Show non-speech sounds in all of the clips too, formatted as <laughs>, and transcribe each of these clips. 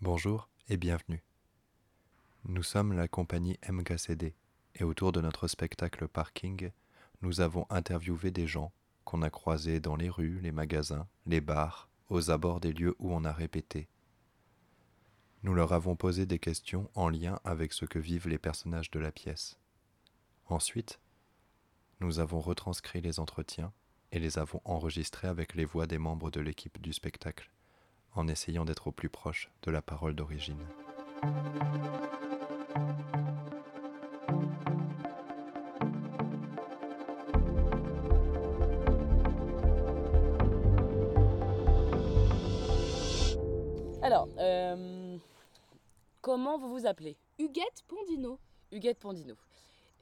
Bonjour et bienvenue. Nous sommes la compagnie MKCD et autour de notre spectacle Parking, nous avons interviewé des gens qu'on a croisés dans les rues, les magasins, les bars, aux abords des lieux où on a répété. Nous leur avons posé des questions en lien avec ce que vivent les personnages de la pièce. Ensuite, nous avons retranscrit les entretiens et les avons enregistrés avec les voix des membres de l'équipe du spectacle, en essayant d'être au plus proche de la parole d'origine. Alors, euh, comment vous vous appelez Huguette Pondino. Huguette Pondino.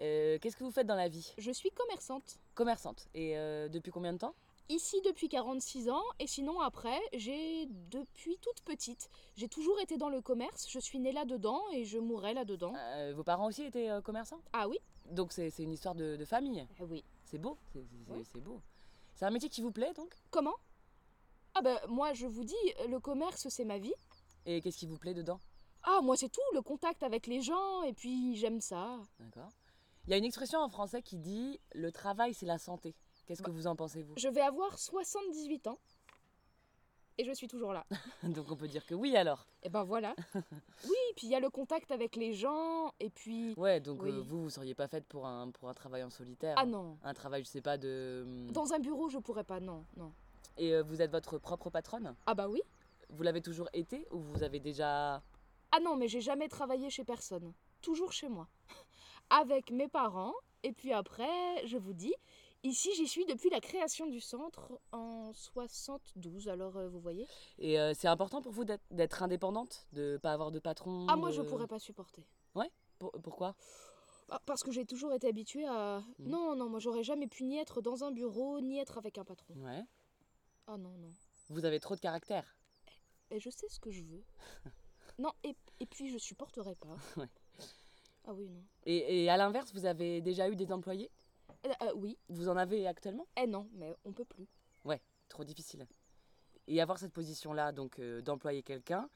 Euh, Qu'est-ce que vous faites dans la vie Je suis commerçante. Commerçante. Et euh, depuis combien de temps Ici depuis 46 ans et sinon après, j'ai depuis toute petite, j'ai toujours été dans le commerce, je suis née là-dedans et je mourrai là-dedans. Euh, Vos parents aussi étaient euh, commerçants Ah oui Donc c'est c'est une histoire de, de famille. Ah oui. C'est beau. c'est- c'est- c'est- Oui. C'est beau. C'est un métier qui vous plaît donc Comment Ah ben moi je vous dis, le commerce c'est ma vie. Et qu'est-ce qui vous plaît dedans Ah moi c'est tout, le contact avec les gens et puis j'aime ça. D'accord. Il y a une expression en français qui dit le travail c'est la santé. Qu'est-ce Bah. que vous en pensez vous <laughs> Je vais avoir 78 ans et je suis toujours <laughs> là. Donc on peut dire que oui alors. et ben voilà. <laughs> Oui, puis il y a le contact avec les gens et puis... Ouais, donc Oui. euh, vous vous seriez pas faite pour un pour un travail en solitaire. Ah non. Un travail je sais pas de. hum, Dans un bureau je pourrais pas, non, non. Et euh, vous êtes votre propre patronne Ah bah oui. Vous l'avez toujours été ou vous avez déjà... Ah non, mais j'ai jamais travaillé chez personne. Toujours chez moi. <laughs> Avec mes parents. Et puis après, je vous dis, ici j'y suis depuis la création du centre en 72. Alors euh, vous voyez Et euh, c'est important pour vous d'être- d'être indépendante, de pas avoir de patron Ah moi de- je pourrais pas supporter. Pour- pourquoi Ah, Parce que j'ai toujours été habituée à... Mm. Non, non, moi j'aurais jamais pu ni être dans un bureau, ni être avec un patron. Ouais. Ah non, non. Vous avez trop de caractère. Et je sais ce que je <laughs> veux. non, et, et puis je supporterais pas. Ouais. Ah oui, non. Et, et à l'inverse, vous avez déjà eu des employés Euh, euh, oui, Vous en avez actuellement eh non, mais on peut plus. Trop difficile. Et avoir cette position-là, donc euh, d'employer quelqu'un,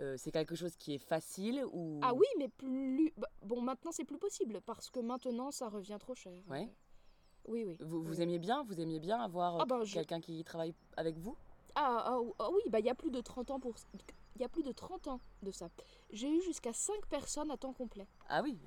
euh, c'est quelque chose qui est facile ou... Ah oui, mais plus. bah, Bon, maintenant c'est plus possible parce que maintenant ça revient trop cher. Ouais. Euh, Oui, oui. Vous, vous Oui. aimiez bien Vous aimiez bien avoir euh, Ah ben, je- quelqu'un qui travaille avec vous Ah, ah, ah oui, bah il y a plus de 30 ans pour. Il y a plus de 30 ans de ça. J'ai eu jusqu'à 5 personnes à temps complet. Ah oui,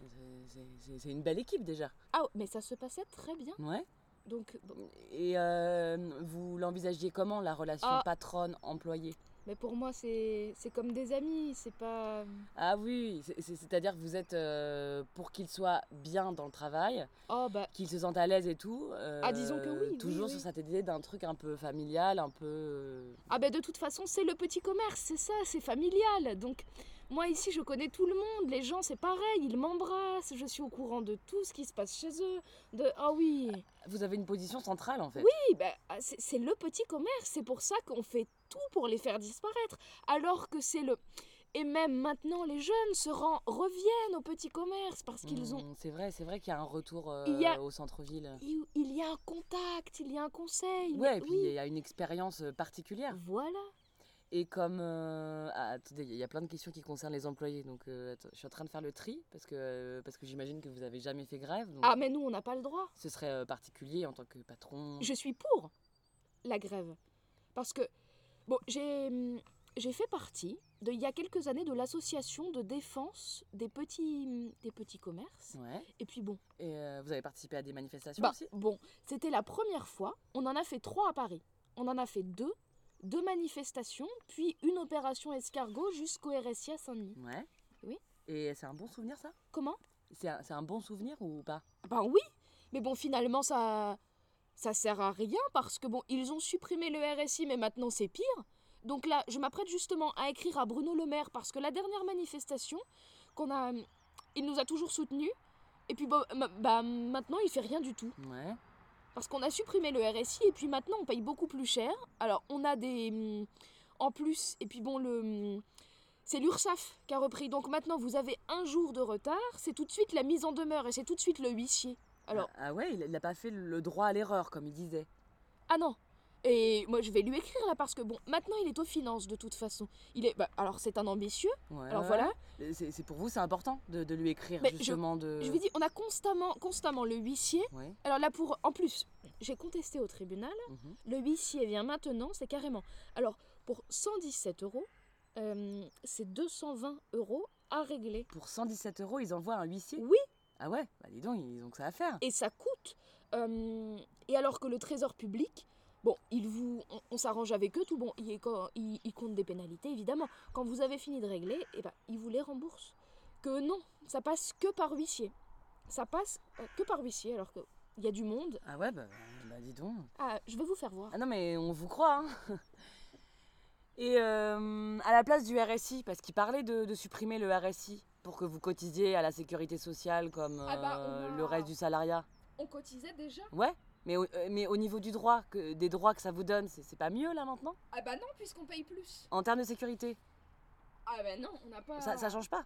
c'est- c'est- c'est- c'est une belle équipe déjà. Ah, mais ça se passait très bien. Ouais. Donc, bon, Et euh, vous l'envisagiez comment la relation Ah. patronne-employé mais pour moi, c'est c'est comme des amis, c'est pas. Ah oui, c'est- c'est- c'est-à-dire que vous êtes euh, pour qu'il soit bien dans le travail, Oh, bah. qu'il se sente à l'aise et tout. euh, Ah, disons que oui, oui, Toujours oui. sur cette idée d'un truc un peu familial, un peu. euh, Ah, bah de toute façon, c'est le petit commerce, c'est ça, c'est familial. Donc, moi ici, je connais tout le monde, les gens, c'est pareil, ils m'embrassent, je suis au courant de tout ce qui se passe chez eux. De. Ah oui. Vous avez une position centrale en fait. Oui, bah, ah, c'est c'est le petit commerce, c'est pour ça qu'on fait tout pour les faire disparaître, alors que c'est le... Et même maintenant, les jeunes se rend- reviennent au petit commerce parce qu'ils ont... Hmm, C'est vrai, c'est vrai qu'il y a un retour euh, Il y a- au centre-ville. Il il y a un contact, il y a un conseil. Ouais, mais et puis il Mmh. y a une expérience euh, particulière. Voilà. Et comme. euh, ah, attendez, il y a plein de questions qui concernent les employés, donc euh, attends, je suis en train de faire le tri parce que, euh, parce que j'imagine que vous avez jamais fait grève. donc- Ah, mais nous, on n'a pas le droit. Ce serait euh, particulier en tant que patron. Je suis pour la grève. Parce que, bon, j'ai hum, j'ai fait partie, de, il y a quelques années, de l'association de défense des petits, hum, des petits commerces. Ouais. Et puis bon, Et euh, vous avez participé à des manifestations Bah, aussi bon, c'était la première fois. On en a fait trois à Paris. On en a fait deux, deux manifestations, puis une opération escargot jusqu'au RSI à Saint-Denis. Ouais. Oui. Et c'est un bon souvenir ça Comment C'est un, c'est un bon souvenir ou pas Ben oui Mais bon, finalement, ça. Ça sert à rien parce que bon, ils ont supprimé le RSI, mais maintenant c'est pire. Donc là, je m'apprête justement à écrire à Bruno Le Maire parce que la dernière manifestation qu'on a. Il nous a toujours soutenus. Et puis bah, ma- bah, maintenant, il fait rien du tout. Ouais. Parce qu'on a supprimé le RSI et puis maintenant on paye beaucoup plus cher. Alors on a des. hum, En plus, et puis bon, le. hum, C'est l'URSSAF qui a repris. Donc maintenant vous avez un jour de retard, c'est tout de suite la mise en demeure et c'est tout de suite le huissier. Alors. Ah, ah ouais, il n'a pas fait le droit à l'erreur comme il disait. Ah non Et moi, je vais lui écrire là parce que bon, maintenant il est aux finances de toute façon. Il est, bah, alors c'est un ambitieux. Ouais, Alors ouais, voilà. ouais. C'est c'est pour vous, c'est important de, de lui écrire Mais je- justement de. Je lui dis, on a constamment, constamment le huissier. Ouais. Alors là pour, en plus, j'ai contesté au tribunal. mhm. Le huissier vient maintenant, c'est carrément. Alors pour 117 euros, euh, c'est 220 euros à régler. Pour 117 euros, ils envoient un huissier. Oui. Ah ouais, bah dis donc, ils ont que ça à faire. et ça coûte. Euh, et alors que le trésor public, bon, il vous, on, on s'arrange avec eux, tout bon, il, est quand- il- il compte des pénalités évidemment. Quand vous avez fini de régler, eh ben, il vous les rembourse. Que non, ça passe que par huissier. Ça passe euh, que par huissier, alors que il y a du monde. Ah ouais, bah, bah dis donc. Ah, je vais vous faire voir. Ah non, mais on vous croit. hein. <laughs> Et euh, à la place du RSI, parce qu'il parlait de, de supprimer le RSI pour que vous cotisiez à la sécurité sociale comme Ah bah, euh, on a- le reste du salariat. On cotisait déjà Ouais, mais au, euh, mais au niveau du droit, que, des droits que ça vous donne, c'est c'est pas mieux là maintenant Ah bah non, puisqu'on paye plus. En termes de sécurité, Ah bah non, on n'a pas. ça, ça change pas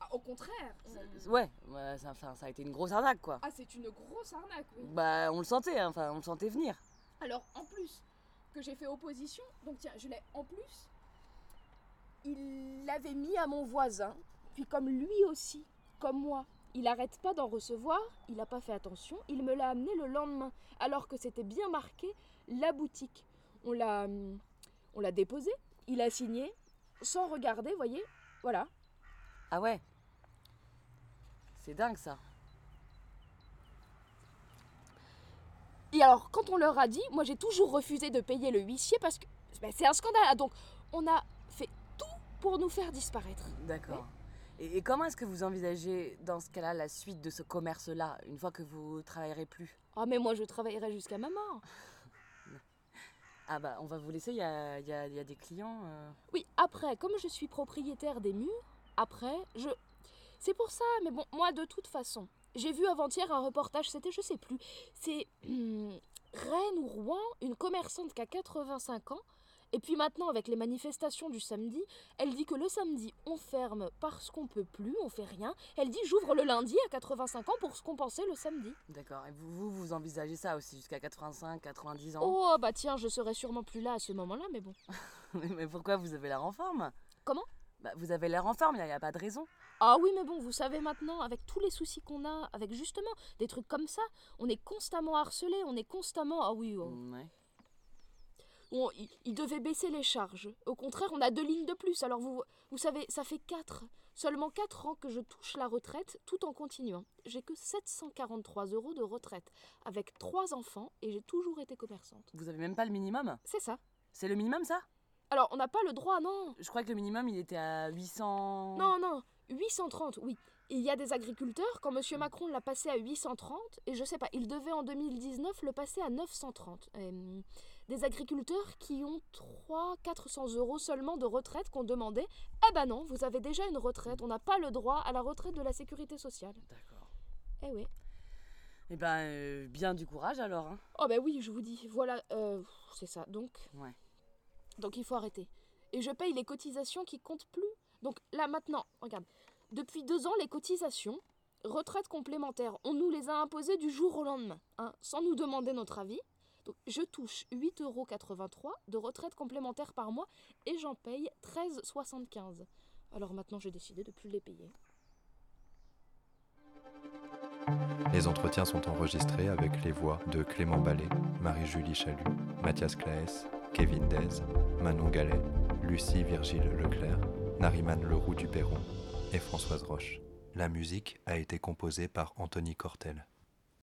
Ah, au contraire. C'est- Ouais, ouais, ça, enfin, ça a été une grosse arnaque quoi. Ah, c'est une grosse arnaque. Bah on le sentait, hein, enfin on le sentait venir. Alors en plus que j'ai fait opposition, donc tiens, je l'ai en plus, il l'avait mis à mon voisin, puis comme lui aussi, comme moi, il n'arrête pas d'en recevoir, il n'a pas fait attention, il me l'a amené le lendemain, alors que c'était bien marqué la boutique. On l'a, hum, on l'a déposé, il a signé, sans regarder, voyez, voilà. Ah ouais C'est dingue ça. Et alors, quand on leur a dit, moi j'ai toujours refusé de payer le huissier parce que ben, c'est un scandale. Donc, on a fait tout pour nous faire disparaître. D'accord. Et, et comment est-ce que vous envisagez, dans ce cas-là, la suite de ce commerce-là, une fois que vous travaillerez plus Ah mais moi je travaillerai jusqu'à ma mort. Ah bah, on va vous laisser, il y a, il y a- il y a des clients. euh. Oui, après, comme je suis propriétaire des murs, après, je... C'est pour ça, mais bon, moi de toute façon, j'ai vu avant-hier un reportage, c'était je sais plus, c'est <clears throat> hum, Rennes ou Rouen, une commerçante qui a 85 ans, et puis maintenant avec les manifestations du samedi, elle dit que le samedi on ferme parce qu'on peut plus, on fait rien, elle dit j'ouvre le lundi à 85 ans pour se compenser le samedi. D'accord. Et vous, vous, vous envisagez ça aussi, jusqu'à 85, 90 ans Oh bah tiens, je serais sûrement plus là à ce moment-là, mais bon. Mais- Mais pourquoi vous avez l'air en forme Comment bah, Vous avez l'air en forme, il n'y a, il y a pas de raison. Ah oui, mais bon, vous savez maintenant, avec tous les soucis qu'on a, avec justement des trucs comme ça, on est constamment harcelé, on est constamment. Ah oui, oh. Ouais. On- il, il devait baisser les charges. Au contraire, on a deux lignes de plus. Alors vous, vous savez, ça fait quatre, seulement quatre ans que je touche la retraite tout en continuant. J'ai que 743 euros de retraite, avec trois enfants, et j'ai toujours été commerçante. Vous avez même pas le minimum C'est ça. C'est le minimum, ça Alors on n'a pas le droit, non Je crois que le minimum, il était à 800... Non, non, 830, oui. Il y a des agriculteurs, quand M. Macron l'a passé à 830, et je sais pas, il devait en 2019 le passer à 930. Euh, des agriculteurs qui ont 300-400 euros seulement de retraite qu'on demandait, eh ben non, vous avez déjà une retraite, on n'a pas le droit à la retraite de la sécurité sociale. D'accord. Eh oui. Eh ben, euh, bien du courage alors. hein. Oh ben oui, je vous dis, voilà, euh, c'est ça, donc... Ouais. Donc il faut arrêter. Et je paye les cotisations qui comptent plus. Donc là maintenant, regarde, depuis deux ans, les cotisations, retraite complémentaire, on nous les a imposées du jour au lendemain, hein, sans nous demander notre avis. Donc je touche 8,83 euros de retraite complémentaire par mois et j'en paye 13,75. Alors maintenant, j'ai décidé de plus les payer. Les entretiens sont enregistrés avec les voix de Clément Ballet, Marie-Julie Chalut, Mathias Claes, Kevin Dez, Manon Gallet, Lucie Virgile Leclerc, Nariman Leroux du Perron et Françoise Roche. La musique a été composée par Anthony Cortel.